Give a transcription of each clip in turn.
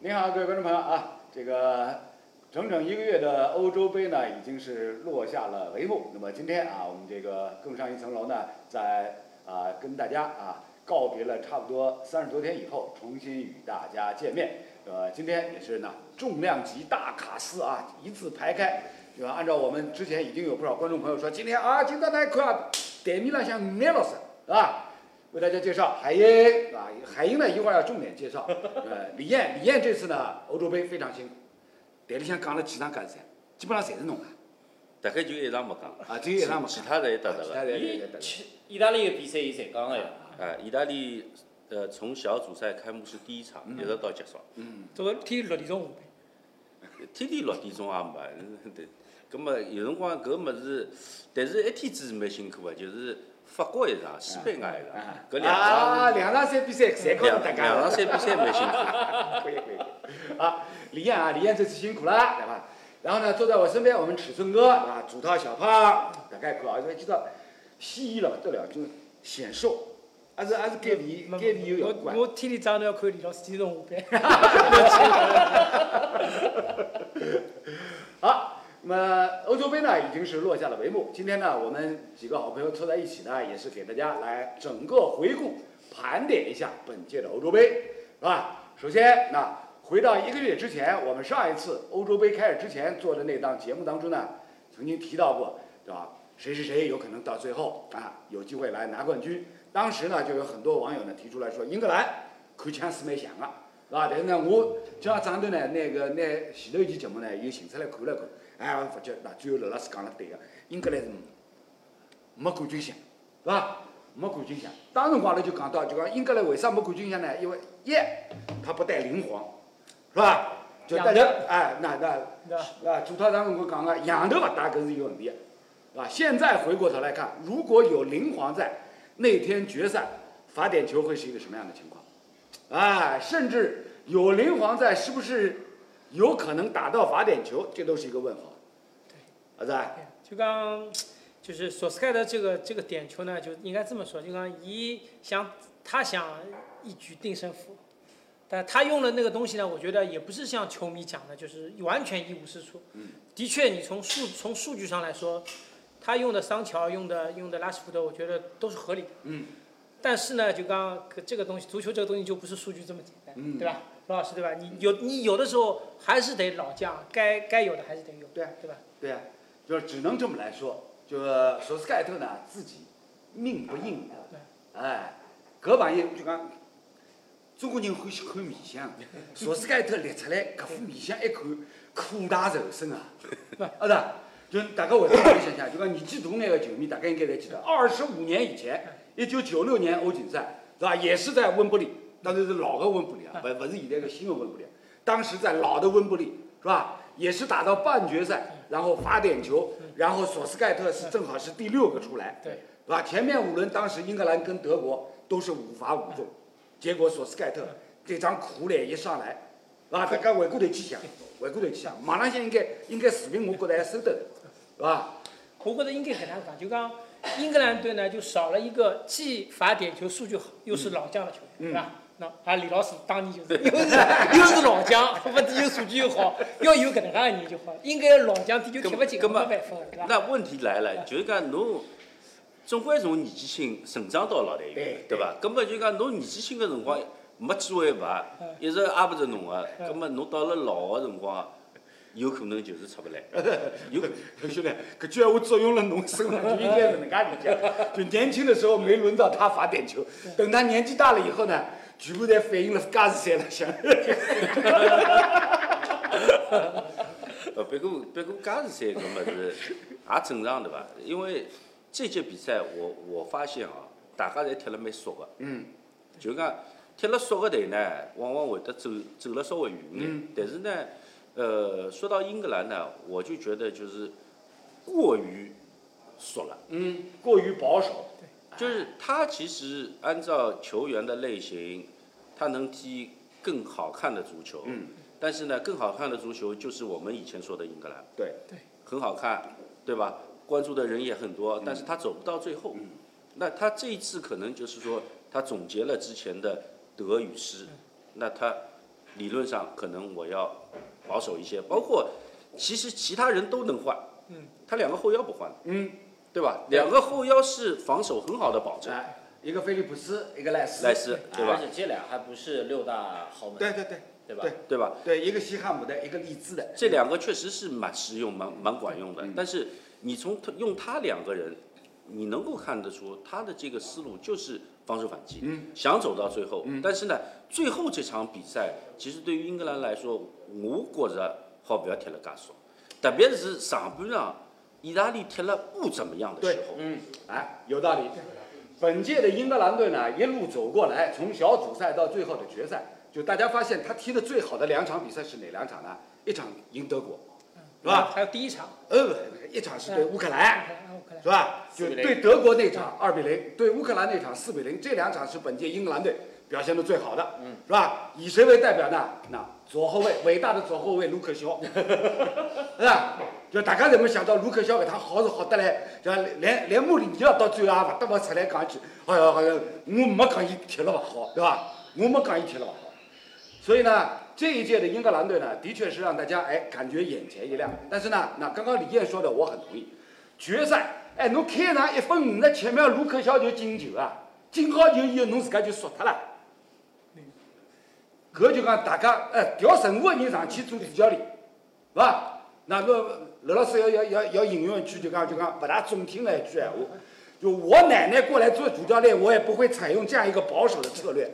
您好，各位观众朋友啊，这个整整一个月的欧洲杯呢，已经是落下了帷幕。那么今天啊，我们这个更上一层楼呢，在啊、跟大家啊告别了差不多三十多天以后，重新与大家见面。呃，今天也是呢重量级大卡司啊一字排开，对吧？按照我们之前已经有不少观众朋友说，今天啊，今天来看点名了像 n e l s o n 啊。为大家介绍海英啊，海英呢一会儿要重点介绍。呃，李艳，李艳这次呢欧洲杯非常辛苦，台里向讲了几场比赛，基本上侪是侬啊，大概就一场没讲，啊，只有一场没其他人也得啊得其他人也了。伊得得去意大利个比赛，伊侪讲个呀。啊，意大利呃，从小组赛开幕式第一嗯场一直到结束，这个天六点钟下班，天天六点钟也没。 对，葛末有辰光搿物事，但是一天子是蛮辛苦个，就是法国一场，西班牙一场啊，搿两啊，场两场三比赛，侪告诉两大两家场了。三比赛蛮辛苦。可以可以可以啊，李艳啊，李艳这次辛苦了，对吧？然后呢，坐在我身边，我们尺寸哥啊，主涛小胖，大概可啊，知道西医了不得了，就是显瘦，还是还是减肥没减肥有有关我。我天天早上要看李老师几点钟下班。好，那么欧洲杯呢已经是落下了帷幕。今天呢，我们几个好朋友凑在一起呢，也是给大家来整个回顾、盘点一下本届的欧洲杯，是吧？首先，那回到一个月之前，我们上一次欧洲杯开始之前做的那档节目当中呢，曾经提到过，对吧？谁谁谁有可能到最后啊有机会来拿冠军。当时呢，就有很多网友呢提出来说，英格兰看腔是蛮强个，是伐？但是呢，我今朝早头呢，拿个拿前头一期节目呢又寻出来看了看，哎，我发觉那最后刘老师讲了对个，英格兰是没冠军相，是伐？没冠军相。当辰光阿拉就讲到，就讲英格兰为啥没冠军相呢？因为一，他不带灵皇，是伐？就大家养成哎，那那对吧啊，主涛当时我讲个养头勿打搿是有问题的，是吧？现在回过头来看，如果有灵皇在，那天决赛罚点球会是一个什么样的情况？哎，甚至有灵皇在，是不是有可能打到罚点球？这都是一个问号，儿子啊，就讲，就是索斯盖的这个这个点球呢，就应该这么说，就讲一想他想一举定胜负，但他用的那个东西呢，我觉得也不是像球迷讲的，就是完全一无是处。嗯的确，你从数从数据上来说，他用的桑乔用的用的拉什福德，我觉得都是合理的。嗯但是呢，就刚可这个东西，足球这个东西就不是数据这么简单，嗯对吧？罗老师，对吧？你有你有的时候还是得老将，该该有的还是得有，对啊对吧？对啊，就是只能这么来说。就是索斯盖特呢，自己命不应的，哎，搿玩意就讲，中国人欢喜看面相，索斯啊盖特列出来搿副面相一看，苦大仇深啊，啊是吧？就大家回头回想想，就讲年纪大眼的球迷，大家应该侪记得，二十五年以前，一九九六年欧锦赛，是吧？也是在温布利，当然是老的温布利啊，勿勿是现在个新的温布利。啊当时在老的温布利，是吧？也是打到半决赛，然后罚点球，然后索斯盖特是正好是第六个出来，对，是吧？啊前面五轮当时英格兰跟德国都是五罚五中，结果索斯盖特这张苦脸一上来，啊是吧？大家回过头去想，回过头去想，马浪向应该应该水平我觉得还收得的，是吧？我觉得应该搿能讲，就讲英格兰队呢，就少了一个既罚点球数据好，又是老将的球员，嗯对吧？那啊，李老师当年就是又是 又是老将，不只有数据又好，要有搿能介的人就好。英格兰老将踢球踢勿进，搿没么办法了，对吧？那问题来了，就是讲侬总归从年纪轻成长到老的一个对，对伐？根本就讲侬年纪轻个辰光没机会伐，一直压勿着侬个，嗯葛末侬到了老个辰光，有可能就是出勿来。有 兄弟，搿句闲话作用了侬身上， 就应该是能介理解。就年轻的时候没轮到他罚点球，等他年纪大了以后呢，全部侪反映了加时赛浪向。呃，别过别过加时赛搿么子也正常对伐？因为这届比赛我我发现啊，大家侪踢了蛮熟个，嗯，就讲踢了熟个队呢，往往会得走走了稍微远嗯眼。但是呢，呃，说到英格兰呢，我就觉得就是过于熟了，嗯，过于保守。就是他其实按照球员的类型，他能踢更好看的足球。嗯，但是呢，更好看的足球就是我们以前说的英格兰。 对，很好看，对吧？关注的人也很多，但是他走不到最后。那他这一次可能就是说，他总结了之前的得与失，那他理论上可能我要保守一些。包括其实其他人都能换，嗯，他两个后腰不换，嗯，对吧？两个后腰是防守很好的保证，来啊一个菲利普斯，一个赖斯，莱斯对而吧？且这俩还不是六大豪门，对对对对吧？对对吧？对，一个西汉姆的，一个利兹的，这两个确实是蛮实用、蛮蛮管用的嗯。但是你从他用他两个人，你能够看得出他的这个思路就是防守反击，嗯想走到最后。嗯但是呢，最后这场比赛其实对于英格兰来说，我觉着好不要踢了介少，特别是上半场意大利踢了不怎么样的时候，哦嗯，哎，有道理。本届的英格兰队呢，一路走过来，从小组赛到最后的决赛，就大家发现他踢的最好的两场比赛是哪两场呢？一场赢德国，是吧？还有第一场，呃，一场是对乌克兰，啊我看来是吧？就4比0对德国那场二比零，对乌克兰那场四比零，这两场是本届英格兰队表现的最好的，嗯，是吧？以谁为代表呢？那左后卫，伟大的左后卫卢克肖，是吧？就大家侪没想到卢克肖搿趟好是好得来，就连连穆里尼奥到最后也啊勿得勿出来讲一句，哎呀，哎呀，我没讲伊踢了勿好，对吧？我没讲伊踢了勿好。所以呢，这一届的英格兰队呢，的确是让大家哎感觉眼前一亮。但是呢，那刚刚李艳说的我很同意，决赛哎，侬开场一分五十七秒，卢克肖就进球啊，进好球以后侬自家就输脱了。搿就讲大家哎调任何个人上去做主教练，是吧？那么刘老师要要要要引用一句就讲就讲不大中听的一句闲话，就我奶奶过来做主教练，我也不会采用这样一个保守的策略，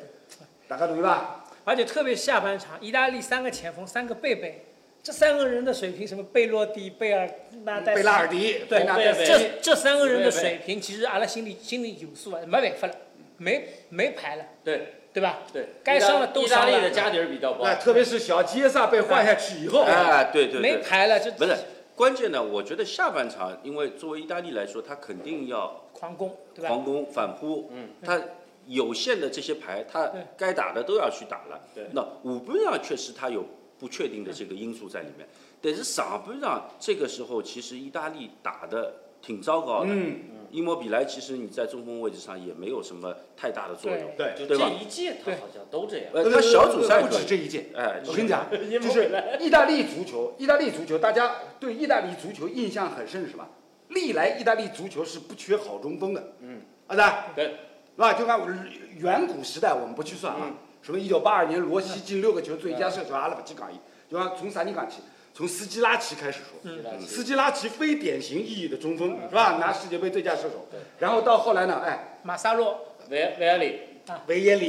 大家同意吧？而且特别是下半场，意大利三个前锋，三个贝贝，这三个人的水平，什么贝洛蒂、贝尔纳代斯、贝拉尔迪，对贝纳贝代尔斯，这这三个人的水平，其实阿拉心里心里有数啊，没办法了，没没牌了，对对吧？对，该伤了都意大伤利了的家底儿比较哎，薄，特别是小吉耶萨被换下去以后，哎，对对没对，牌了，这不是关键呢。我觉得下半场，因为作为意大利来说，他肯定要狂攻，对吧？狂攻反扑，嗯，他有限的这些牌，他对该打的都要去打了。对那五半场确实他有不确定的这个因素在里面，但是上半场这个时候其实意大利打的挺糟糕的。嗯，伊莫比莱其实你在中锋位置上也没有什么太大的作用，对就对吧这一届他好像都这样。呃，他小组赛不可止以，这一届。哎，我跟你讲，因为就是意大利足球，意大利足球，大家对意大利足球印象很深是什么？历来意大利足球是不缺好中锋的，嗯，啊对，对，是吧？就看我们远古时代，我们不去算啊，什么一九八二年罗西进六个球最佳射手，阿拉不去讲伊，就讲从啥人讲起？从斯基拉奇开始说，意大利斯基拉奇嗯非典型意义的中锋是吧？拿世界杯最佳射手，然后到后来呢，哎，马萨洛、维维埃里，维耶里，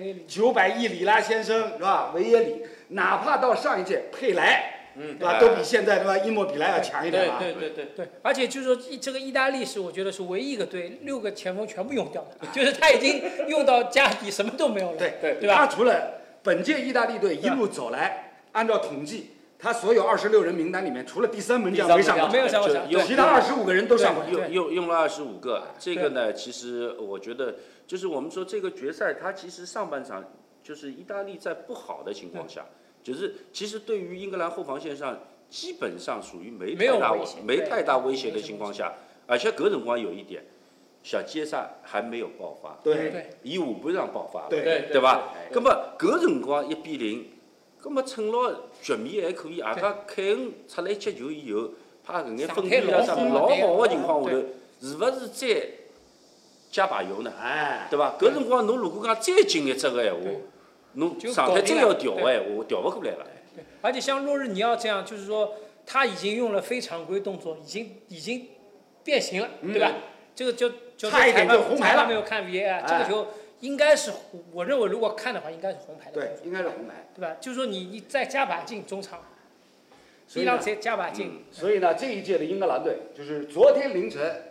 维里，九百亿里拉先生是吧？维耶里，哪怕到上一届佩莱，嗯对吧，哎都比现在对吧伊莫比莱要强一对点啊。对对对，对，而且就是说意这个意大利是我觉得是唯一一个队六个前锋全部用掉了， 就是他已经用到家底什么都没有了，对对对吧他除了本届意大利队一路走来，按照统计，他所有二十六人名单里面，除了第三门将没上过没场，有上过场，就有其他二十五个人都上过场。用用用了二十五个，这个呢，其实我觉得就是我们说这个决赛，它其实上半场就是意大利在不好的情况下，就是其实对于英格兰后防线上基本上属于没没有太大威威胁没对太大威胁的情况下，而且搿辰光有一点，小杰萨还没有爆发，对对伊下半场爆发了，对对对吧？对葛末搿辰光一比零，葛末趁牢局面还可以，外加凯恩出来接球以后，怕搿眼分辨啊啥状态老老好好个情况下头对，是勿是再加把油呢？哎，对伐？搿辰光侬如果讲再进一只个闲话，侬就状搞态定真了要调个闲话，调勿过来了。对，而且像洛日尼奥这样，就是说他已经用了非常规动作，已经已经变形了，对吧？这个就就嗯差一点就裁判红牌了哎裁判没有看 VAR，、这个球应该是我认为如果看的话，应该是红牌的，对，应该是红牌。对吧？就是说你你再加把劲中场，所伊以呢嗯朗再加把劲，所以呢，这一届的英格兰队，就是昨天凌晨，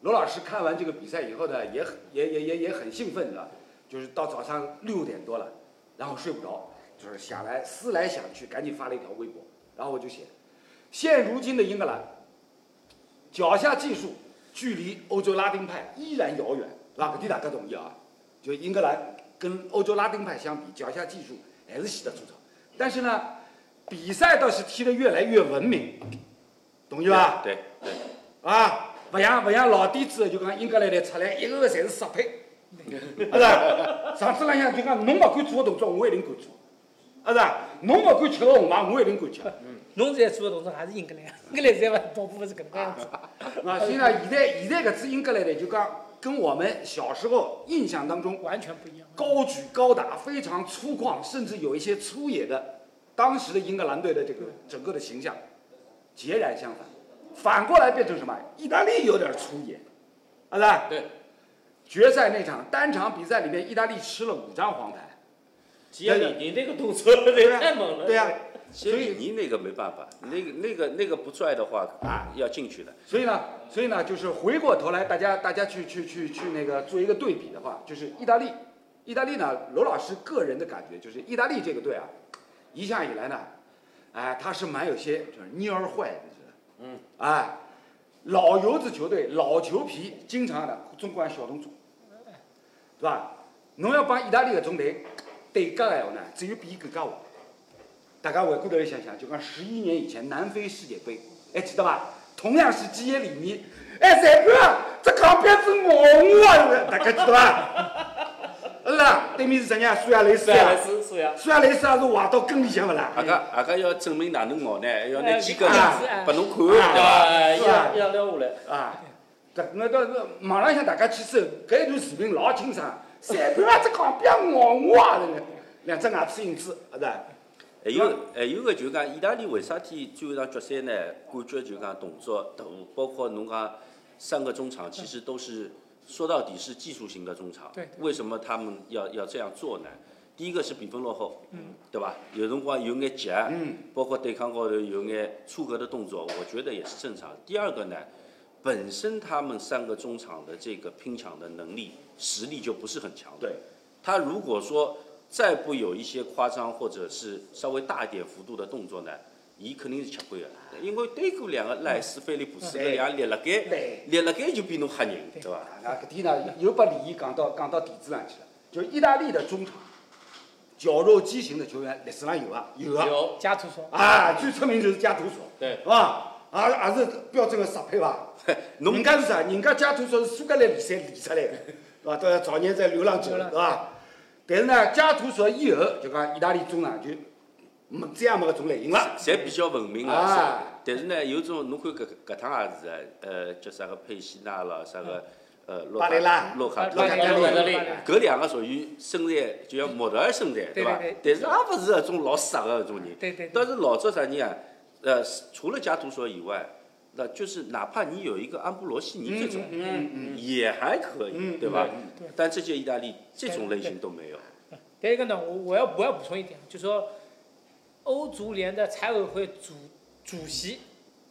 罗老师看完这个比赛以后呢，也很也也也也很兴奋的，就是到早上六点多了，然后睡不着，就是想来思来想去，赶紧发了一条微博，然后我就写，现如今的英格兰，脚下技术距离欧洲拉丁派依然遥远，拉格迪大家同意啊？就英格兰跟欧洲拉丁派相比，脚下技术还是显得粗糙，但是呢，比赛倒是踢得越来越文明。同意伐？对对，啊，勿像勿像老底子就讲英格兰队出来，一个个侪是适 配，是吧？上次浪向就讲侬勿敢做个动作，我一定敢做，啊是吧？侬勿敢吃个红牌，我一定敢吃。侬现在做的动作还是英格兰，英格兰现在跑步是搿能介样子。啊，所以呢，现在现在搿支英格兰队就讲跟我们小时候印象当中 完全不一样。高举高打、非常粗犷，甚至有一些粗野的当时的英格兰队的这个整个的形象截然相反。反过来变成什么？意大利有点粗野，啊是吧？对，决赛那场单场比赛里面，意大利吃了五张黄牌。吉耶里尼那个动作也太猛了。对呀、所以你那个没办法，那个那个那个不拽的话啊，要进去的。所以呢，所以呢，就是回过头来，大家大家去去去去那个做一个对比的话，就是意大利，意大利呢，罗老师个人的感觉就是意大利这个队啊，一向以来呢，哎，他是蛮有些就是蔫儿坏的，就是，嗯，哎，老油子球队，老球皮，经常的总管小动作，对吧？侬要帮意大利搿种队对家的闲话呢，只有比伊更加好。大家回过头来想想，就讲十一年以前南非世界杯，还记得吧？同样是基耶里尼，哎，裁判，这钢板是我我啊，大家记得 吧？是啦，对面是谁呀？苏亚雷斯啊呀苏亚雷，斯，苏亚，苏亚雷斯也是坏到根里向不啦？阿个阿个要证明哪能熬呢？要拿哎几个你看啊拨侬看，啊对伐？哎，是吧要要撩下来，啊，搿我到网浪向大家去搜，搿一段视频老清爽，裁判啊，这钢板我我啊，两只牙齿印子，啊是吧？还有还有个就讲，意大利为啥体最后一场决赛呢？感觉就讲动作大，包括侬讲三个中场，其实都是说到底是技术型的中场。对对为什么他们要要这样做呢？第一个是比分落后，嗯对吧？有辰光有眼急，嗯包括对抗高头有眼出格的动作，我觉得也是正常。第二个呢，本身他们三个中场的这个拼抢的能力、实力就不是很强的。对，他如果说再不有一些夸张或者是稍微大一点幅度的动作呢，伊肯定是吃亏的。因为对过两个赖斯、菲利普斯搿两个立辣盖对，立辣盖就比侬吓人，对伐？啊，搿点呢又把李毅讲到讲到点子上去了，就意大利的中场矫揉畸形的球员历史上有啊，有啊，有，加图索，啊，最出名就是加图索，对是吧？啊，也是标准的杀配吧。侬人家是啥？人家加图索是苏格兰联赛练出来的，对吧？到早年在流浪球，流对浪吧？但是呢，加图索以后就讲意大利中啊场就没再也没搿种类型了。侪比较文明了，是啊但是呢，有种侬看搿搿趟也是啊，呃，叫啥个佩西纳了，啥个呃洛巴雷拉卡洛卡洛洛卡卡，加洛卡加利利搿两个属于身材就像模特儿身材，对伐对？但是也勿是搿种老傻个搿种人。对对对但是老早啥人啊？呃，除了加图索以外，那就是哪怕你有一个安布罗西尼这种，嗯嗯也还可以，嗯对吧嗯对？但这届意大利这种类型都没有。再一个呢，我我要我要补充一点，就说欧足联的财委会主主席，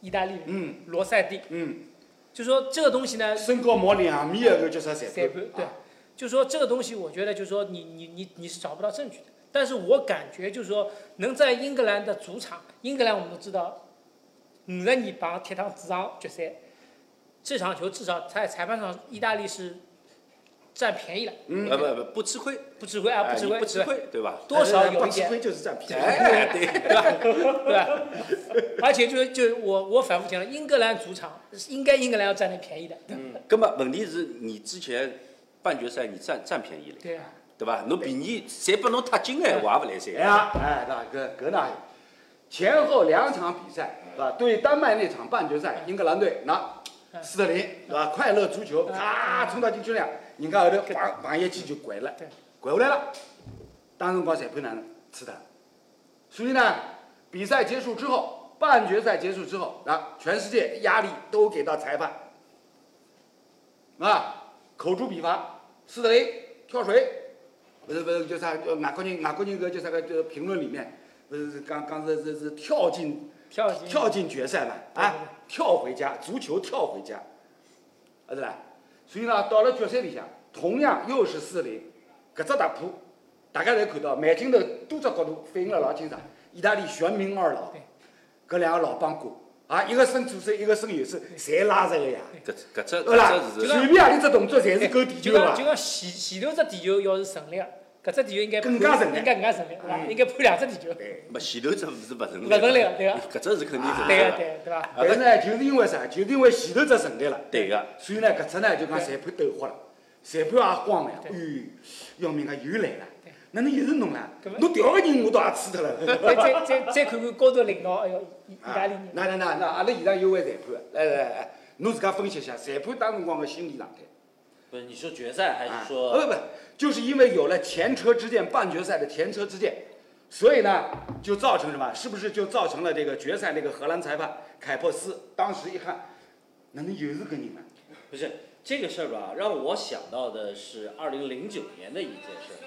意大利人，嗯罗塞蒂，嗯，就说这个东西呢，身高毛两米的搿叫啥啊裁裁判对，就说这个东西，我觉得就是说你你你你是找不到证据的。但是我感觉就是说，能在英格兰的主场，英格兰我们都知道，五十年帮踢趟主场决赛，这场球至少在裁判上，意大利是占便宜了，嗯呃，不不不吃亏，不吃亏啊，哎不吃你亏，不吃对吧嗯亏，对吧？多少有哎不一吃点，亏就是占便宜。哎，对。对吧？而且就是就是我我反复讲了，英格兰主场应该英格兰要占点便宜的，那么问题是你之前半决赛你占占便宜了，对啊，对吧？侬便宜，侪拨侬踢进哎，我也勿来哎塞。呀，哎，那搿搿呢，前后两场比赛是吧？对丹麦那场半决赛，英格兰队拿嗯斯特林是吧？快乐足球，咔冲到禁区里，人家后头防防一记就拐了嗯对，拐下来了。当时辰光裁判呢吃他，所以呢，比赛结束之后，半决赛结束之后啊，全世界压力都给到裁判，啊，口诛笔伐，斯特林跳水。不是不是，叫啥？叫外国人外国人搿叫啥个？叫评论里面不是是讲讲是是是跳进跳级跳进决赛嘛？对对啊对，跳回家，足球跳回家，啊是啦。所以呢，到了决赛里向，同样又是四零，搿只突破，大家侪看到，慢镜头多只角度反映了老清爽。意大利玄冥二老对，搿两个老帮哥，啊，一个伸左手，一个伸右手，侪拉着个呀，搿搿只对啦搿？只是随便何里只动作，侪是哎够地球就的讲伐就？讲前前头只地球要是成立，搿只地球应该更加判成立应该更加成立，对伐？应该判两只地球，对对。没前头只是勿成立，勿成立的对吧搿只是肯定成立个的，对对啊伐？但是呢，就是因为啥？就是因为前头只成立了，对个。所以呢，搿只呢就讲裁判抖豁了，裁判也慌了，哎，要命啊，又来了对。哪能一直弄呢搿？么侬调个人我都也吹脱 了。啊再再再再看看高头领导，哎哟，意意大利人，那那那那，阿拉现场有位裁判，来来来来，侬自家分析一下裁判当辰光的心理状态。不是你说决赛还啊是说？不不，就是因为有了前车之鉴，半决赛的前车之鉴，所以呢，就造成什么？是不是就造成了这个决赛那个荷兰裁判凯珀斯当时一看，哪能又是个人啊 呢？不是这个事儿吧，让我想到的是二零零九年的一件事儿。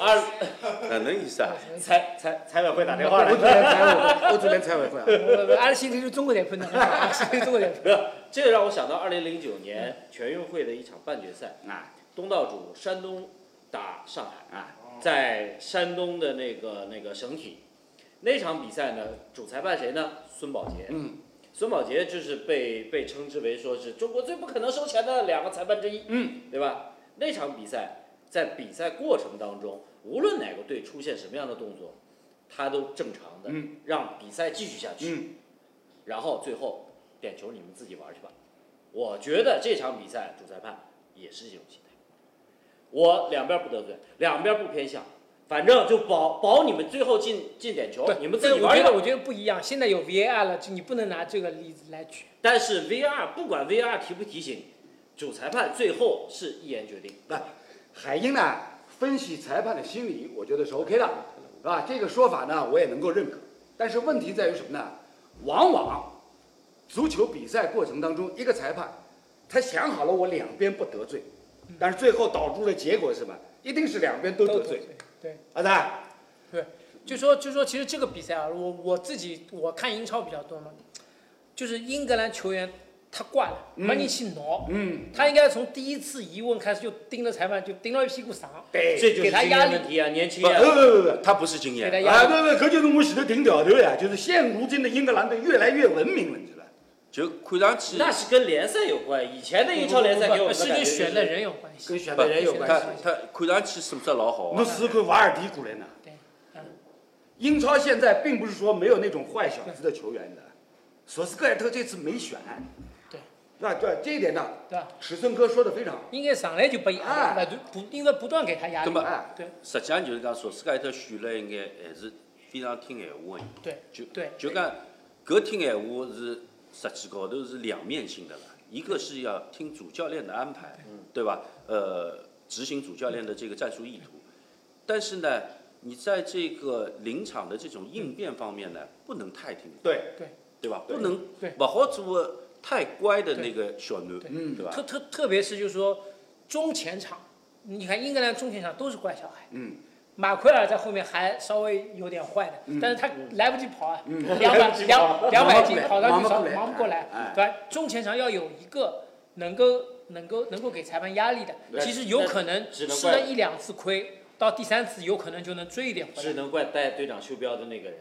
二 哪能意思啊？裁裁裁委会打电话我来 主，联财委会，我主联财委会啊。我俺心里是中国裁判呢，俺心里是中国裁判。没有，这个让我想到二零零九年全运会的一场半决赛，啊东道主山东打上海。啊，在山东的那个那个省体，那场比赛呢，主裁判谁呢？孙宝杰。嗯孙宝杰就是被被称之为说是中国最不可能收钱的两个裁判之一，嗯，对吧？那场比赛在比赛过程当中，无论哪个队出现什么样的动作，他都正常的嗯让比赛继续下去，嗯，然后最后点球你们自己玩去吧。我觉得这场比赛主裁判也是这种心态，我两边不得罪，两边不偏向，反正就保保你们最后进进点球，你们自己我玩去觉吧得我觉得不一样，现在有 VAR 了，就你不能拿这个例子来举。但是 VR 不管 VR 提不提醒，主裁判最后是一言决定。不，海英呢分析裁判的心理，我觉得是 OK 的，是吧？这个说法呢，我也能够认可。但是问题在于什么呢？往往足球比赛过程当中，一个裁判他想好了我两边不得罪，但是最后导致的结果是什么？一定是两边嗯都得罪，，对。阿蛋。对，就说就说，其实这个比赛啊，我我自己我看英超比较多嘛，就是英格兰球员他挂了，嗯没人去挠，嗯，他应该从第一次疑问开始就盯着裁判，就盯到一屁股伤。对。这就是哎给他经压验力哎问题啊，年轻哎不呀、不不不不，他不是经给验，他啊，压力。对对，搿就是我前头顶调头呀，就是现如今的英格兰队越来越文明了，你知道吧？就看上去那是跟联赛有关。以前的英超联赛给我们的呃感是觉跟就选的人有关系。跟选的人有不关他系。他看上去素质老好侬啊，试试看瓦尔迪过来呢？对，嗯，英超现在并不是说没有那种坏小子的球员的，索斯盖特这次没选，对，那对这一点呢，对吧？尺寸哥说的非常好。应该上来就不啊压力，不不应该不断给他压那力。么哎，对实际上就是讲，索斯盖特选了应该还是非常听闲话的人，对就对就讲搿听闲话是实际高头是两面性的啦，一个是要听主教练的安排，对吧？呃，执行主教练的这个战术意图，但是呢，你在这个临场的这种应变方面呢，不能太听，对，对吧？对不能对勿好做个太乖的那个小囡，对嗯对吧特？特特别是就是说中前场，你看英格兰中前场都是怪小孩。嗯，马奎尔在后面还稍微有点坏的，但是他来不及跑啊，两来百不及两跑两百斤忙跑不过来上去少忙不过来忙不过来哎，对吧？中前场要有一个能够能够能够给裁判压力的，对其实有可能只能吃怪了一两次亏，到第三次有可能就能追一点回只来。能怪带队长袖标的那个人，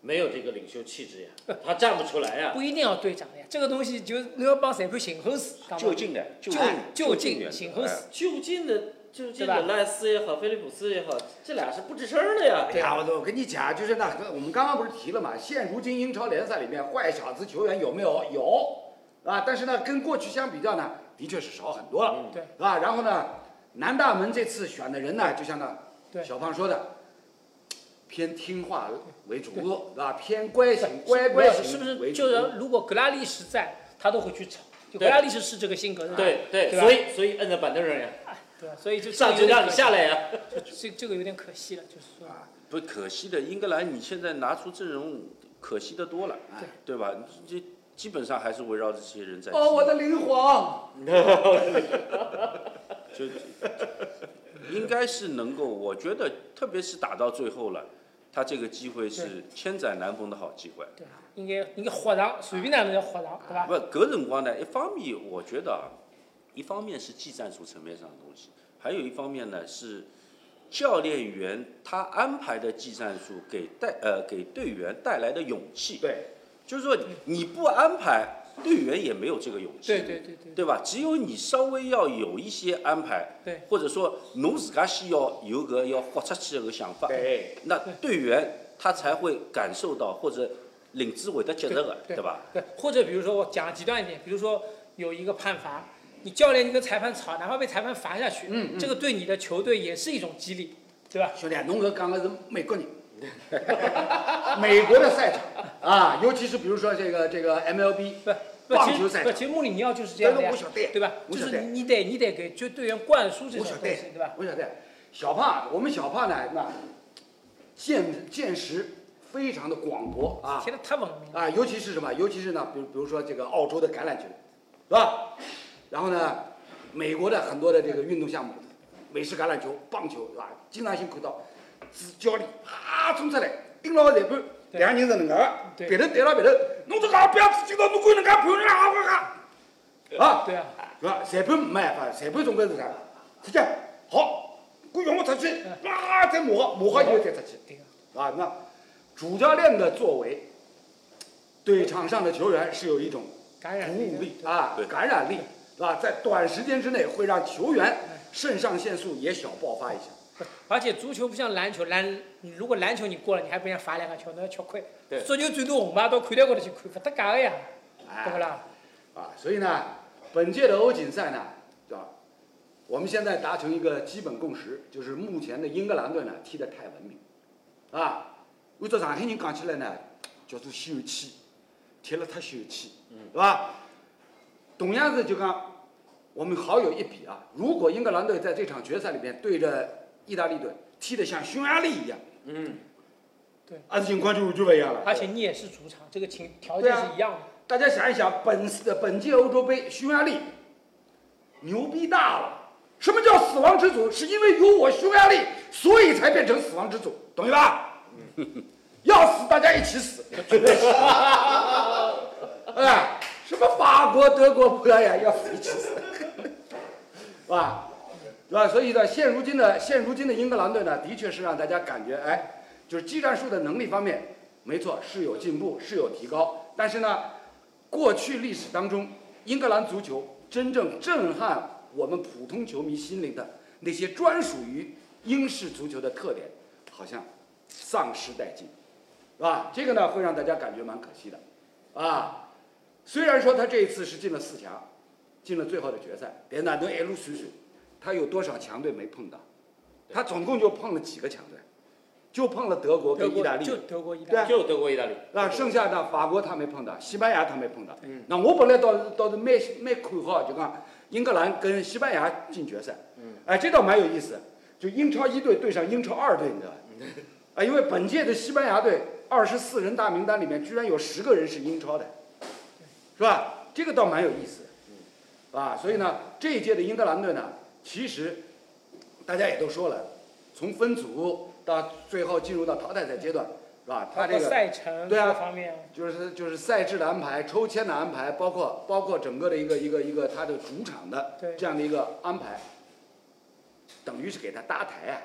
没有这个领袖气质 呀，他站不出来呀。不一定要队长的呀，这个东西就你要帮裁判寻后死，干嘛就近的，就近哎就近远的请后哎死就近的就近对吧的赖斯也好，菲利普斯也好，这俩是不吱声儿的呀。哎呀，我我跟你讲，就是那个我们刚刚不是提了嘛，现如今英超联赛里面坏小子球员有没有？有，啊，但是呢，跟过去相比较呢，的确是少很多了，嗯对是吧？然后呢，南大门这次选的人呢，就像那对小胖说的。偏听话为主，是吧？偏乖型、乖没乖有型是不为是？主就是如果格拉利什在，他都会去吵。就格对拉利什是这个性格的，对对，对吧所以所以摁在板凳上呀，对吧？所以就上去让你下，来呀。这这个有点可惜了，就是说。不可惜的，英格兰你现在拿出阵容，可惜的多了，哎对对吧？这基本上还是围绕这些人在踢。哦，我的灵皇，就就应该是能够，我觉得特别是打到最后了，他这个机会是千载难逢的好机会。对，应该应该豁让，随便哪能叫豁让，对吧？不，搿辰光呢，一方面我觉得啊，一方面是技战术层面上的东西，还有一方面呢是教练员他安排的技战术给带呃给队员带来的勇气。对，就是说你你不安排，队员也没有这个勇气，对对对对对吧？只有你稍微要有一些安排，对或者说侬自家先要有个要豁出去的个想法，哎对，那队员他才会感受到或者领子会得接受的，对吧？对，或者比如说我讲极端一点，比如说有一个判罚，你教练你跟裁判吵，哪怕被裁判罚下去，嗯嗯这个对你的球队也是一种激励，对吧？兄弟，侬搿讲的是美国 人，美国的赛场啊，尤其是比如说这个这个 MLB 不，棒其嗯球实赛不，场，其实穆里尼奥就是这样的呀但是我晓得，对吧？我就晓得是你你得你得给就队员灌输这我种晓东得，西，对吧？我晓得，小胖，我们小胖呢，那见见识非常的广博啊，踢得太文明了，啊，尤其是什么？尤其是呢，比如比如说这个澳洲的橄榄球，是吧？然后呢，美国的很多的这个运动项目，美式橄榄球、棒球，是吧？经常性看到，主教练啊冲出来，盯牢裁判，对两个人是能个，对别头对牢别头，侬这个不要进到侬管人家判人啊啊啊！啊，对啊，是吧？裁判没办法，裁判总归是啥？出去好，管用我出去，啊，再磨合磨合以后再出去。对啊，啊，那主教练的作为，对场上的球员是有一种感染鼓力舞的力啊对，感染力是吧？在短时间之内会让球员肾上腺素也小爆发一下。而且足球不像篮球，篮你如果篮球你过了，你还被人家罚两个球，那要吃亏。对足球最多红牌到看台高头去看，不搭界的呀，对不哎，啦？啊，所以呢，本届的欧锦赛呢，对吧？我们现在达成一个基本共识，就是目前的英格兰队呢踢得太文明，啊，按照上海人讲起来呢，叫做秀气，踢了太秀气，是吧？同样是就讲，我们好有一比啊，如果英格兰队在这场决赛里面对着意大利队踢得像匈牙利一样，嗯，对，啊，情况就就不一样了。而且你也是主场，这个情条对件啊是一样的。大家想一想，本次的本届欧洲杯，匈牙利牛逼大了。什么叫死亡之组？是因为有我匈牙利，所以才变成死亡之组，懂吧？要死大家一起死，绝对是。哎，什么法国、德国、葡萄牙要死一起死，是吧？是吧？所以呢，现如今的现如今的英格兰队呢，的确是让大家感觉，哎，就是技战术的能力方面，没错是有进步，是有提高。但是呢，过去历史当中，英格兰足球真正震撼我们普通球迷心灵的那些专属于英式足球的特点，好像丧失殆尽，是吧？啊这个呢，会让大家感觉蛮可惜的，啊，虽然说他这一次是进了四强，进了最后的决赛，但呢，侬一路算算，他有多少强队没碰到？他总共就碰了几个强队，就碰了德国德跟意大国利，就德国、意对大啊利，就德国、意大利，那剩下的法国他没碰到，西班牙他没碰到。那我本来倒是倒是蛮蛮看好，就讲英格兰跟西班牙进决赛。哎，这倒蛮有意思，就英超一队对上英超二队，你知道吧？啊，因为本届的西班牙队二十四人大名单里面，居然有十个人是英超的，是吧？这个倒蛮有意思，啊，所以呢，这一届的英格兰队呢，其实大家也都说了，从分组到最后进入到淘汰赛阶段，是吧？他包这括个赛程对啊各方面，就是就是赛制的安排、抽签的安排，包括包括整个的一个一个一个他的主场的对这样的一个安排，等于是给他搭台啊。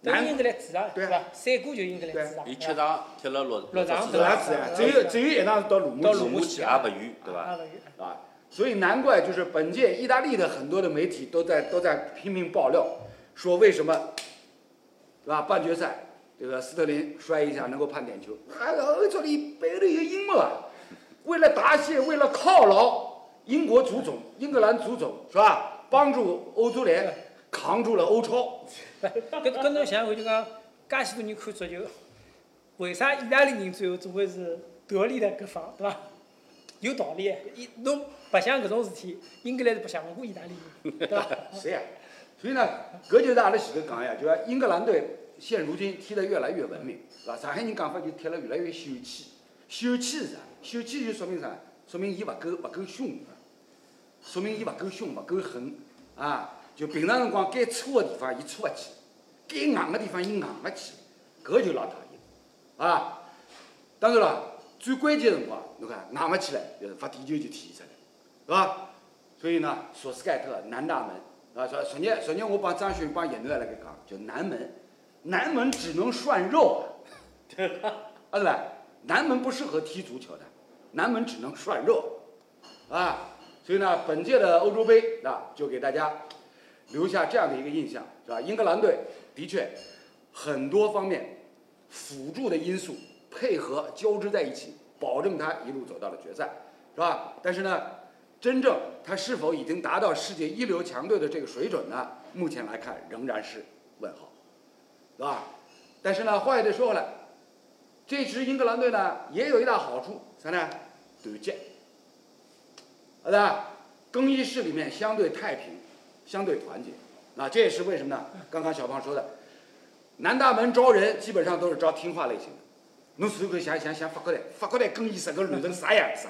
那英难格兰主场对啊是吧？赛过就英格兰主啊场，伊是七吧场踢了六六场是场，吧？是啊，只有只有一趟是到鲁木到鲁齐木齐也不远，对伐？啊不远啊，所以难怪就是本届意大利的很多的媒体都在都在拼命爆料，说为什么，是吧？半决赛这个斯特林摔一下能够判点球，还有欧洲里背后有阴谋啊！为了答谢，为了犒劳英国足总、英格兰足总是吧？帮助欧足联扛住了欧超，搿搿侬想回就讲，介许多人看足球，为啥意大利人最后总归是得利的搿方，对伐？有道理的，伊侬白相搿种事体，英格兰是白相勿过意大利人，对伐？谁呀、所以呢，搿就是阿拉前头讲呀，就讲英格兰队现如今踢得越来越文明，是吧？上海人讲法就踢了越来越秀气。秀气是啥？秀气就说明啥？说明伊勿够勿够凶，说明伊勿够凶，勿够狠啊！就平常辰光该搓的地方伊搓勿起，该硬的地方伊硬勿起，搿就老讨厌啊！当然了，最关键辰光，侬看硬勿起来，就是发点球就体现出来，是吧？所以呢，索斯盖特南大门啊，昨昨天昨天我帮张旭帮叶南辣盖讲，就南门，南门只能涮肉啊，啊对吧？南门不适合踢足球的，南门只能涮肉啊。所以呢，本届的欧洲杯啊，就给大家留下这样的一个印象，是吧？英格兰队的确很多方面辅助的因素配合交织在一起，保证他一路走到了决赛，是吧？但是呢，真正他是否已经达到世界一流强队的这个水准呢？目前来看仍然是问号。是吧？啊但是呢，话又得说回来，这支英格兰队呢也有一大好处，啥呢？团结，好的，更衣室里面相对太平，相对团结。那这也是为什么呢？刚刚小胖说的，南大门招人基本上都是招听话类型的。侬随口想一想想法国队，法国队更衣室搿乱成啥样子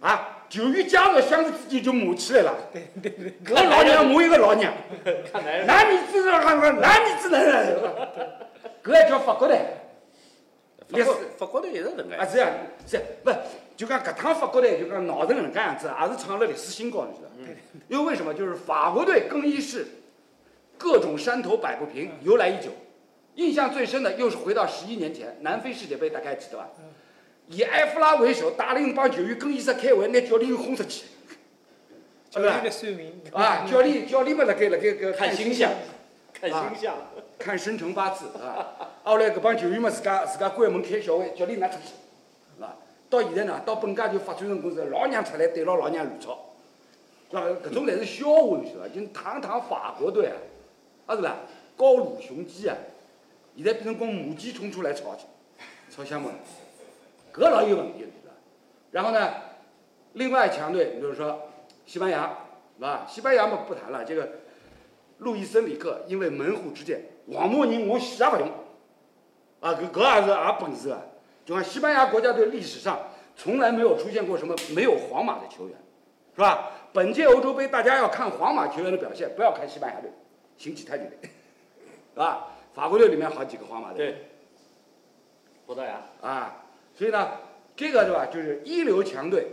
啊？ 啊，球员家属相互之间就骂起来了。搿个老娘骂一个老娘，看男人哪里只能喊喊，啊哪里只能喊，搿也叫法国队。历史法国法国队一直能啊，个，是啊，是啊，不就讲搿趟法国队就讲闹成搿能介样子，啊也是创了历史新高，你知道？嗯因为为什么？就是法国队更衣室各种山头摆不平，嗯由来已久。印象最深的又是回到十一年前南非世界杯，大家还记得吧？嗯以埃弗拉为首，带领一帮球员更衣室开会，拿教练轰出去，教对吧练在算命啊，教练教练们辣盖辣盖搿个嗯看星象象，， 啊看星象，看生辰八字啊。 后来搿帮球员们自家自家关门开小会，教练拿出去，是吧？到现在呢，到本家就发展成公司，老娘出来对牢老娘乱吵，是吧？搿种侪是笑话，你晓得伐？就是堂堂法国队啊，啊是啦，高卢雄鸡啊，现在变成跟母鸡冲出来吵去，吵相骂，搿老有问题了，是吧？然后呢，另外强队，你就是说西班牙，是吧？西班牙嘛不谈了，这个路易森里克因为门户之见，黄毛人我死也勿用。啊，搿搿也是也本事啊！就看西班牙国家队历史上从来没有出现过什么没有皇马的球员，是吧？本届欧洲杯大家要看皇马球员的表现，不要看西班牙队，行起太极队， 是吧？法国队里面好几个皇马队。对，葡萄牙，啊，所以呢，这个是吧，就是一流强队，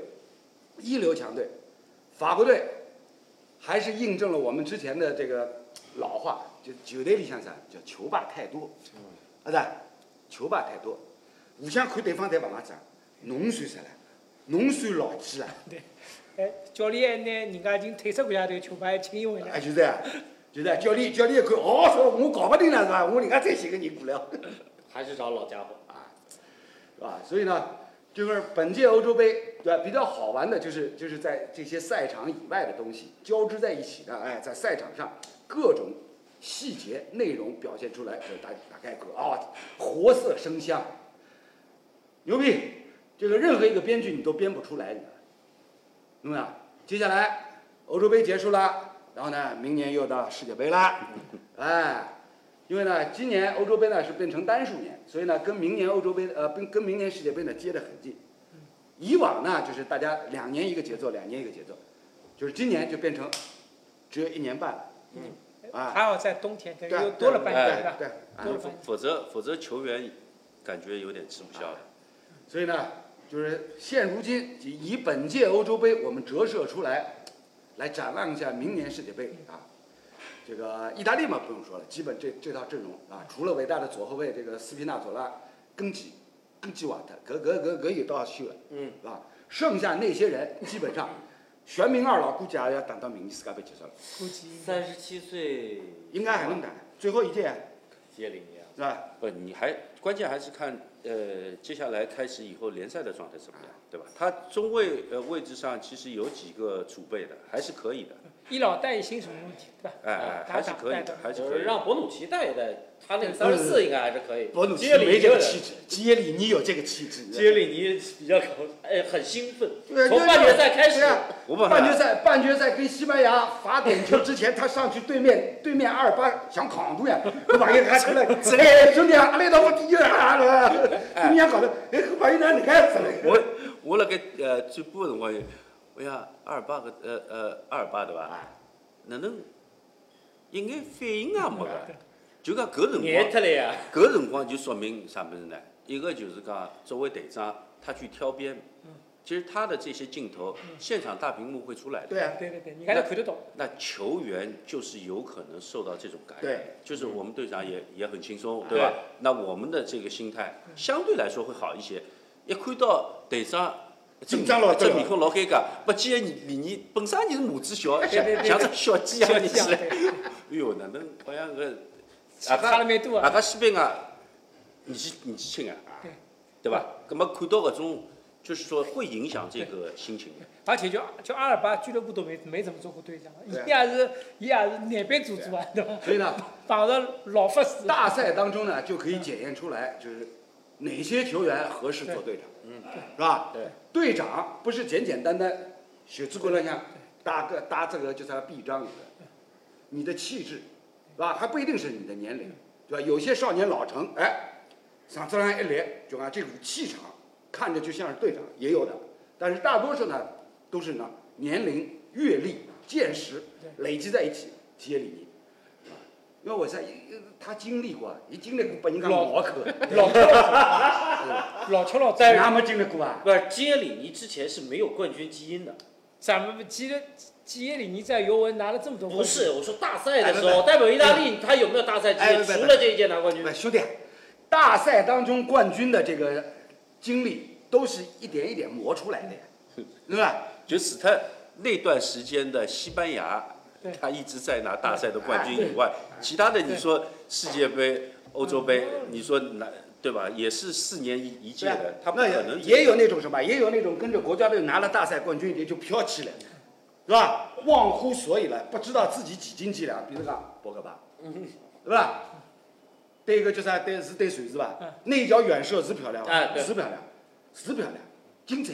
一流强队，法国队还是印证了我们之前的这个老话，就球队里向啥叫球霸太多，啊对，球霸太多，互相看对方侪勿拉账，侬算啥啦？侬算老啊几啦？哎，教练还拿人家已经退出国家队球牌请伊回啊，来，就是啊，就是啊，教练教练一看，哦，说我搞不定了是吧？我另外再寻个人过来。还是找老家伙，是吧？啊所以呢，就是本届欧洲杯，对吧？比较好玩的就是就是在这些赛场以外的东西交织在一起的，哎，在赛场上各种细节内容表现出来，呃大大概可啊、活色生香，牛逼！这个任何一个编剧你都编不出来，你知道吧明白吧？接下来欧洲杯结束了，然后呢，明年又到世界杯啦，哎。因为呢，今年欧洲杯呢是变成单数年，所以呢，跟明年欧洲杯呃，跟跟明年世界杯呢接得很近。以往呢，就是大家两年一个节奏，两年一个节奏，就是今年就变成只有一年半了。嗯，啊，还好在冬天，等于对又多了半年，对是吧？对啊多了半否年。否则否则球员感觉有点吃不消了。所以呢，就是现如今以本届欧洲杯我们折射出来，来展望一下明年世界杯嗯啊。这个意大利嘛不用说了，基本这这套阵容嗯啊，除了伟大的左后卫这个斯皮纳佐拉、根基、根基瓦特，搿搿搿搿有道修了，嗯，是吧？剩下那些人基本上，全民二老估计也要等到明年世界杯结束了，估计三十七岁，应该还能打，嗯最后一届啊接领呀，是吧？不，你还关键还是看呃，接下来开始以后联赛的状态怎么样，对吧？他中卫呃位置上其实有几个储备的，还是可以的，一老带一新什么问题，对吧？哎哎，啊打还是打可以带的带，还是就可是以的。呃让博努奇带一带，他那个三十四应该还是可以，博努奇接领没这就个气质，杰里尼有这个气质，杰里尼比较搞，哎，很兴奋，对啊从半决赛开始对啊我本半决来赛，半决赛跟西班牙罚点球之前，他上去对面对面阿尔巴想扛住呀， 我把人喊出来，哎，兄弟啊，阿来到我第一了啊，你俩搞的，哎，我把人家你看死了。我我辣盖呃转播的辰光，哎呀，阿尔巴个呃呃阿尔巴对伐？哪能一眼反应也没个？就讲搿辰光黏。特了啊呀，搿辰光就说明啥物事呢？一个就是讲，作为队长，他去挑边，其实他的这些镜头，现场大屏幕会出来的。对啊，对对对，人家都看得懂。那球员就是有可能受到这种感染对，就是我们队长也也很轻松，对对吧？那我们的这个心态相对来说会好一些。一看到队长紧张了这对吧面孔老尴尬，不记得你你本身你是母子小，像对 对像只小鸡一样像你像起来，对 哎哟，哪能好像个差了蛮多外啊。加西班牙年纪年纪轻啊，对伐？葛末看到搿种就是说会影响这个心情的。而且就就阿尔巴俱乐部都没没怎么做过队长，伊对啊也是伊也是南边组织啊，对吧？所以呢，打得老法师。大赛当中呢，就可以检验出来，就是哪些球员合适做队长，嗯，是吧？对，队长不是简简单单写字过来像搭个搭这个就是臂章有的，你的气质，是吧？还不一定是你的年龄，对吧？有些少年老成，哎，上自然一来，就按这股气场，看着就像是队长，也有的，但是大多数呢都是呢年龄、阅历、见识累积在一起体现理念。因为我在呃他经历过，伊经历过把人家脑壳，老吃老吃，老吃老你吃。还没经历过啊？不是基耶里尼之前是没有冠军基因的，咱们基耶基耶里尼在尤文拿了这么多冠军，不是，我说大赛的时哎候不代表意大利，他有没有大赛哎不基因？不不除了这一届拿冠军不，，兄弟，大赛当中冠军的这个经历都是一点一点磨出来的呀， 对吧？就使他那段时间的西班牙对，他一直在拿大赛的冠军以外，其他的你说世界杯、欧洲杯，你说拿对吧？也是四年一一嗯届对啊的，他不那可能也有那种什么，也有那种跟着国家队拿了大赛冠军也就飘起来了，是吧？忘乎所以了，不知道自己几斤几两，比如讲博格巴，对吧？对一个叫啥？对是对谁是吧嗯？那一脚远射是漂亮啊哎对是漂亮，是漂亮，精彩。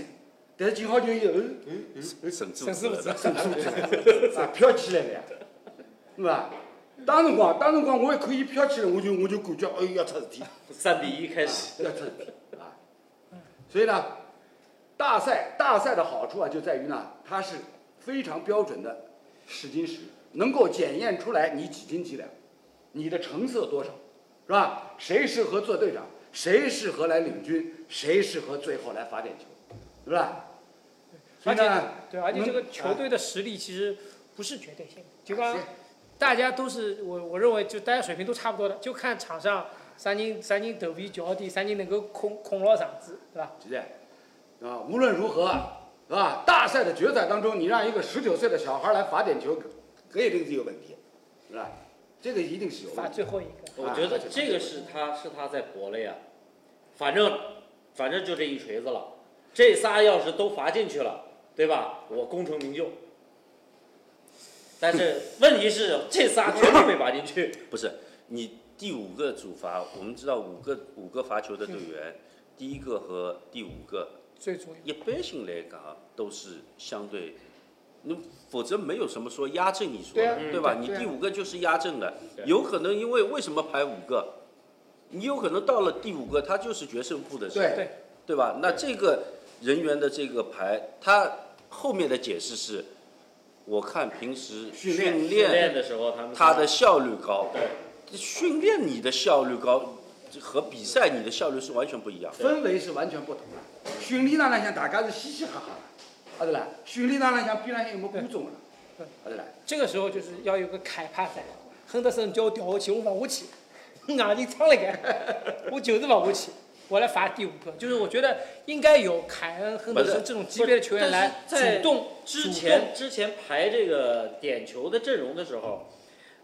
但是今好就有，嗯嗯嗯，省住省事不了止的。。啊，飘起来了呀，是吧？当辰光，当辰光我也可以飘起来，我就我就感觉，哎，要出事体。三比一开始，要自己啊。所以呢，大赛大赛的好处啊，就在于呢，它是非常标准的试金石，能够检验出来你几斤几两，你的成色多少，是吧？谁适合做队长，谁适合来领军，谁适合最后来罚点球，是吧？所而以且呢，啊对，而且能这个球队的实力其实不是绝对性的，就刚大家都是我我认为就大家水平都差不多的，就看场上啥人啥人头皮较低，啥人能够控控牢场子，对吧？几点？啊，无论如何，是吧？大赛的决赛当中，你让一个十九岁的小孩来罚点球，可以定是有问题，是吧？这个一定是有发问题。最后一个。我觉得这个是他是他在国内啊，反正反正就这一锤子了，这仨要是都罚进去了，对吧？我功成名就。但是问题是，这仨绝对没罚进去。不是你第五个主罚，我们知道五个五个罚球的队员，第一个和第五个最重一般性来讲啊都是相对，那否则没有什么说压阵一说对啊的，嗯对吧？对你对啊第五个就是压阵了，对有可能因为为什么排五个，你有可能到了第五个他就是决胜负的时候，对对对吧？那这个人员的这个排，他后面的解释是，我看平时训练训训练练的时候，他们他的效率高，对训练你的效率高这和比赛你的效率是完全不一样的。氛围是完全不同的。训练呢，那像大家是嘻嘻哈哈的，啊对啦，训练呢，那像边上有没观众了，对啊对啦，这个时候就是要有个凯帕赛，亨德森叫我调下去，我勿下 去，眼 睛撑了该，我就是勿下去，我来罚第五个。就是我觉得应该有凯恩、亨德森这种级别的球员来但是在主动之主动前之前排这个点球的阵容的时候，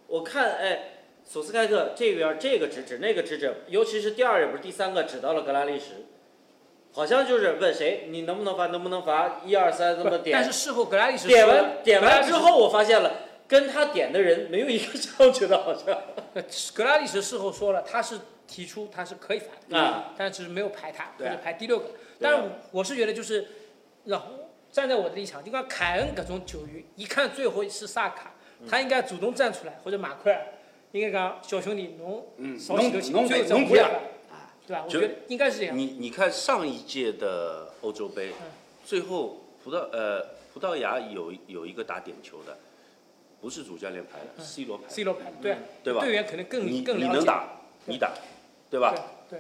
我看哎，索斯盖特这边这个指指那个指指，尤其是第二也不是第三个指到了格拉利什，好像就是问谁你能不能罚能不能罚一二三这么点，但是事后格拉利什点说完点完之，后我发现了。跟他点的人没有一个上去的，好像呃格拉利什事后说了，他是提出他是可以罚的啊，但只是没有排他，或对啊者排第六个。但是我是觉得就是，让站在我的立场，就看凯恩各种球员，一看最后是萨卡，他应该主动站出来，或者马奎尔应该讲小兄弟侬嗯少洗头侬洗，侬最侬后咱不要了，对吧？我就觉得应该是这样。你你看上一届的欧洲杯嗯，最后葡萄呃葡萄牙有有一个打点球的，不是主教练排的嗯，C 罗排的， C 罗排对啊对吧队员可能更你更你了解。能打，你打，对吧？对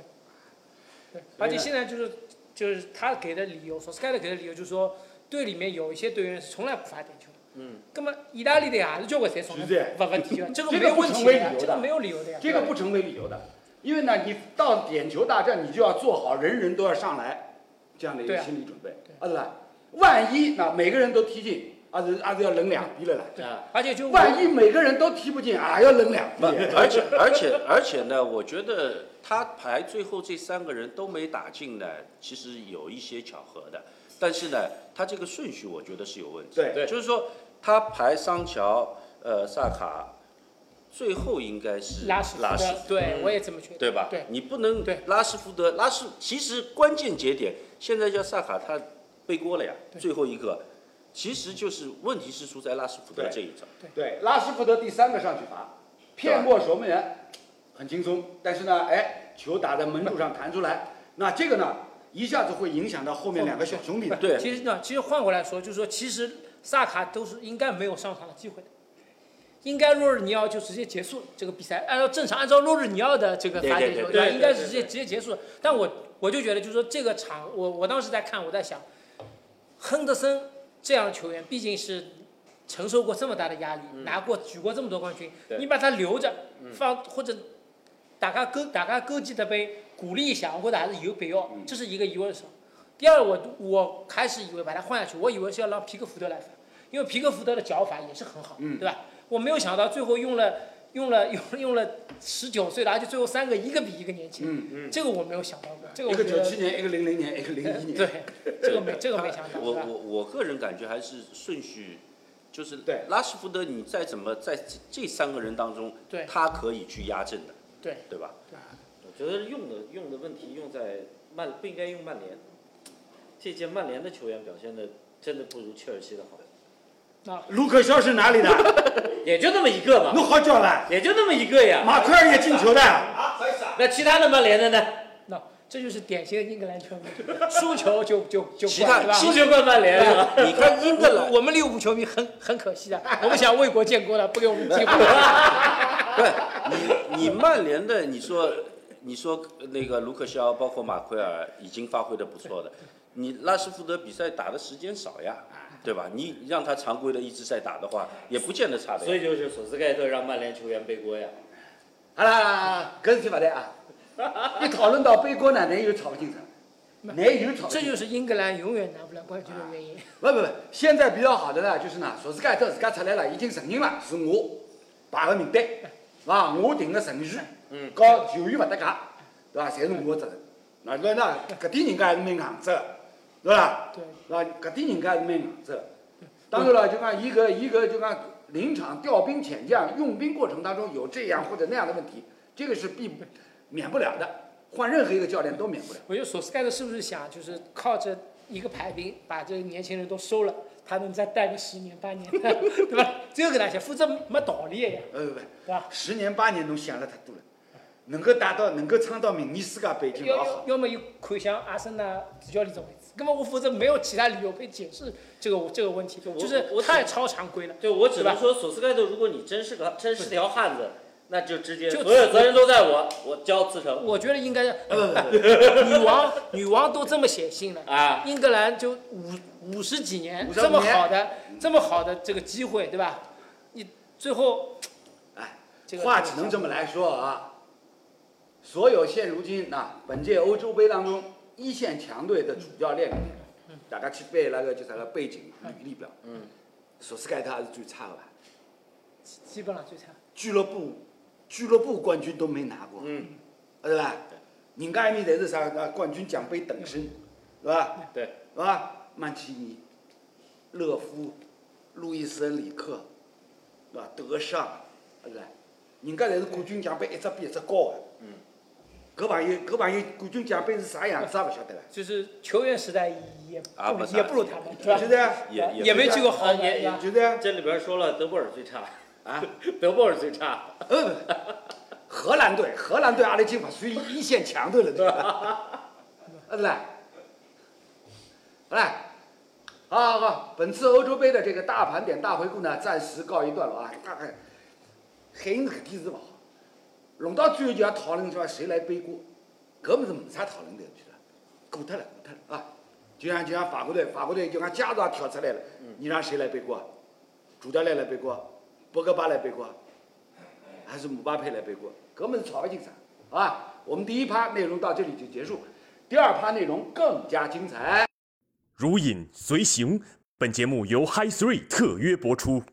对对，而且现在就是就是他给的理由，索斯盖特给的理由就是说，队里面有一些队员是从来不罚点球的。嗯。那么意大利的呀，还是交关侪从来是的不罚点球的，这个这没个有不问成题为的呀理由，这的个没有理由的呀。这个不成为理由的，因为呢，你到点球大战，你就要做好人人都要上来这样的一个对啊心理准备对，啊对啦，万一那每个人都踢进，还是还是要冷两逼了啦。啊，而且就我万一每个人都踢不进，还要冷两逼不。 而且而且而且呢，我觉得他排最后这三个人都没打进呢，其实有一些巧合的，但是呢，他这个顺序我觉得是有问题。对对就是说他排桑乔、呃萨卡，最后应该是拉什福拉什嗯德，对我也这么觉得，对吧？对，你不能对拉什福德，拉什其实关键节点，现在叫萨卡他背锅了呀，最后一个，其实就是问题是出在拉什福德对这一招。对，拉什福德第三个上去罚，骗过守门员，很轻松。但是呢，哎，球打在门柱上弹出来，那这个呢，一下子会影响到后面两个小兄弟 的。对其实呢，其实换过来说，就是说，其实萨卡都是应该没有上场的机会的，应该若日尼奥就直接结束这个比赛，按照正常，按照若日尼奥的这个对罚对点球，对吧？对对应该对是直对接直接结束。但我我就觉得，就是说这个场，我我当时在看，我在想，亨德森这样的球员毕竟是承受过这么大的压力，拿过举过这么多冠军，对你把他留着嗯放或者大家勾大家勾起他杯鼓励一下，我觉得还是有必要，嗯这是一个疑问上。第二，我我开始以为把他换下去，我以为是要让皮克福德来罚，因为皮克福德的脚法也是很好，嗯对吧？我没有想到最后用了用了用用了十九岁的，而且最后三个一个比一个年轻，嗯嗯这个我没有想到过，这个一我个觉九得七年，一个零零年，一个零一年。对，这个没这个没想到，我是吧我我个人感觉还是顺序，就是对拉什福德，你再怎么在这这三个人当中，对他可以去压阵的，对。对吧？ 我觉得用的用的问题用在曼不应该用曼联，这届曼联的球员表现的真的不如切尔西的好，啊，卢克肖是哪里的？ 也就那么一个嘛，侬好叫了，也就那么一个呀。马奎尔也进球的。那其他的曼联的呢？那这就是典型的英格兰球迷，输球就就就其他怪，对吧？输球怪曼联是吧？你看英格兰，我们利物浦球迷很很可惜 的，我们想为国建功的，不给我们机会。 对你你曼联的，你说你说那个卢克肖，包括马奎尔已经发挥的不错的，你拉什福德比赛打的时间少呀，对吧？你让他常规的一直在打的话，也不见得差的呀。所以就是索斯盖特让曼联球员背锅呀。好啦好啦，好啦搿事体勿谈 啊。一讨论到背锅呢，咱又吵不进城，咱又吵不进城。 这就是英格兰永远拿不了冠军的原因。不不不，现在比较好的呢，就是呢，索斯盖特自家出来了，已经承认了是我排个名单，是伐？我定个程序，嗯和球员勿搭界，对伐？侪是我的责任。那那那，搿点人家还是蛮硬质的，对伐？对，是伐？搿点人家还是蛮硬质的。当然了，就讲伊搿伊搿就讲临场调兵遣将、用兵过程当中有这样或者那样的问题，这个是避免不了的，换任何一个教练都免不了。 我觉得索斯盖特是不是想就是靠着一个排兵把这个年轻人都收了，他能再带个十年八年， 对吧？这个给他想，否则没道理的呀，呃，不不，对吧？十年八年侬想了太多了，能够达到能够撑到明年世界杯就要老好要。要么就看向阿森纳主教练这位置，那么我否则没有其他理由可以解释这个这个问题，我就是我太超常规了。对，我只是吧能说索斯盖特，如果你真是个真是条汉子，那就直接就所有责任都在我，我交辞呈我觉得应该是呃，不不不， 女王女王都这么写信了，啊。英格兰就五五十几年55这么好的这么好的这个机会，对吧？你最后哎，这个话只能这么来说啊。所有现如今啊，本届欧洲杯当中一线强队的主教练里面，嗯大家去背那个叫啥个背景履历表，嗯，索斯盖特还是最差的吧？基本上最差。俱乐部俱乐部冠军都没拿过，嗯，对吧？人家埃面侪是啥啊冠军奖杯等身，是吧？对，是吧？曼奇尼、勒夫、路易斯恩里克，是吧？德尚，是吧？人家侪是冠军奖杯一只比一只高的。啊嗯。搿朋友，搿朋友冠军奖杯是啥样子也勿啊晓得了。就是球员时代也啊不不如是也不如他们，是吧就？这样，也也没去过好也也就这样这里边说了德布尔最差，啊！ 德布尔最差，呃，荷兰队，荷兰队阿拉已经勿算一线强队了，对吧？啊是啦，好啦，好好好，本次欧洲杯的这个大盘点大回顾呢，暂时告一段落啊。大概海因搿点是勿好，弄到最后就要讨论说谁来背锅，搿物事没啥讨论头去了，过脱了过脱了啊。就像就像法国队，法国队就像家长跳出来了，你让谁来背锅啊？主教练来背锅啊，博格巴来背锅啊。还是姆巴佩来背锅，根本是吵不进场，好吧？我们第一趴内容到这里就结束，第二趴内容更加精彩。如影随形，本节目由Hi Three 特约播出。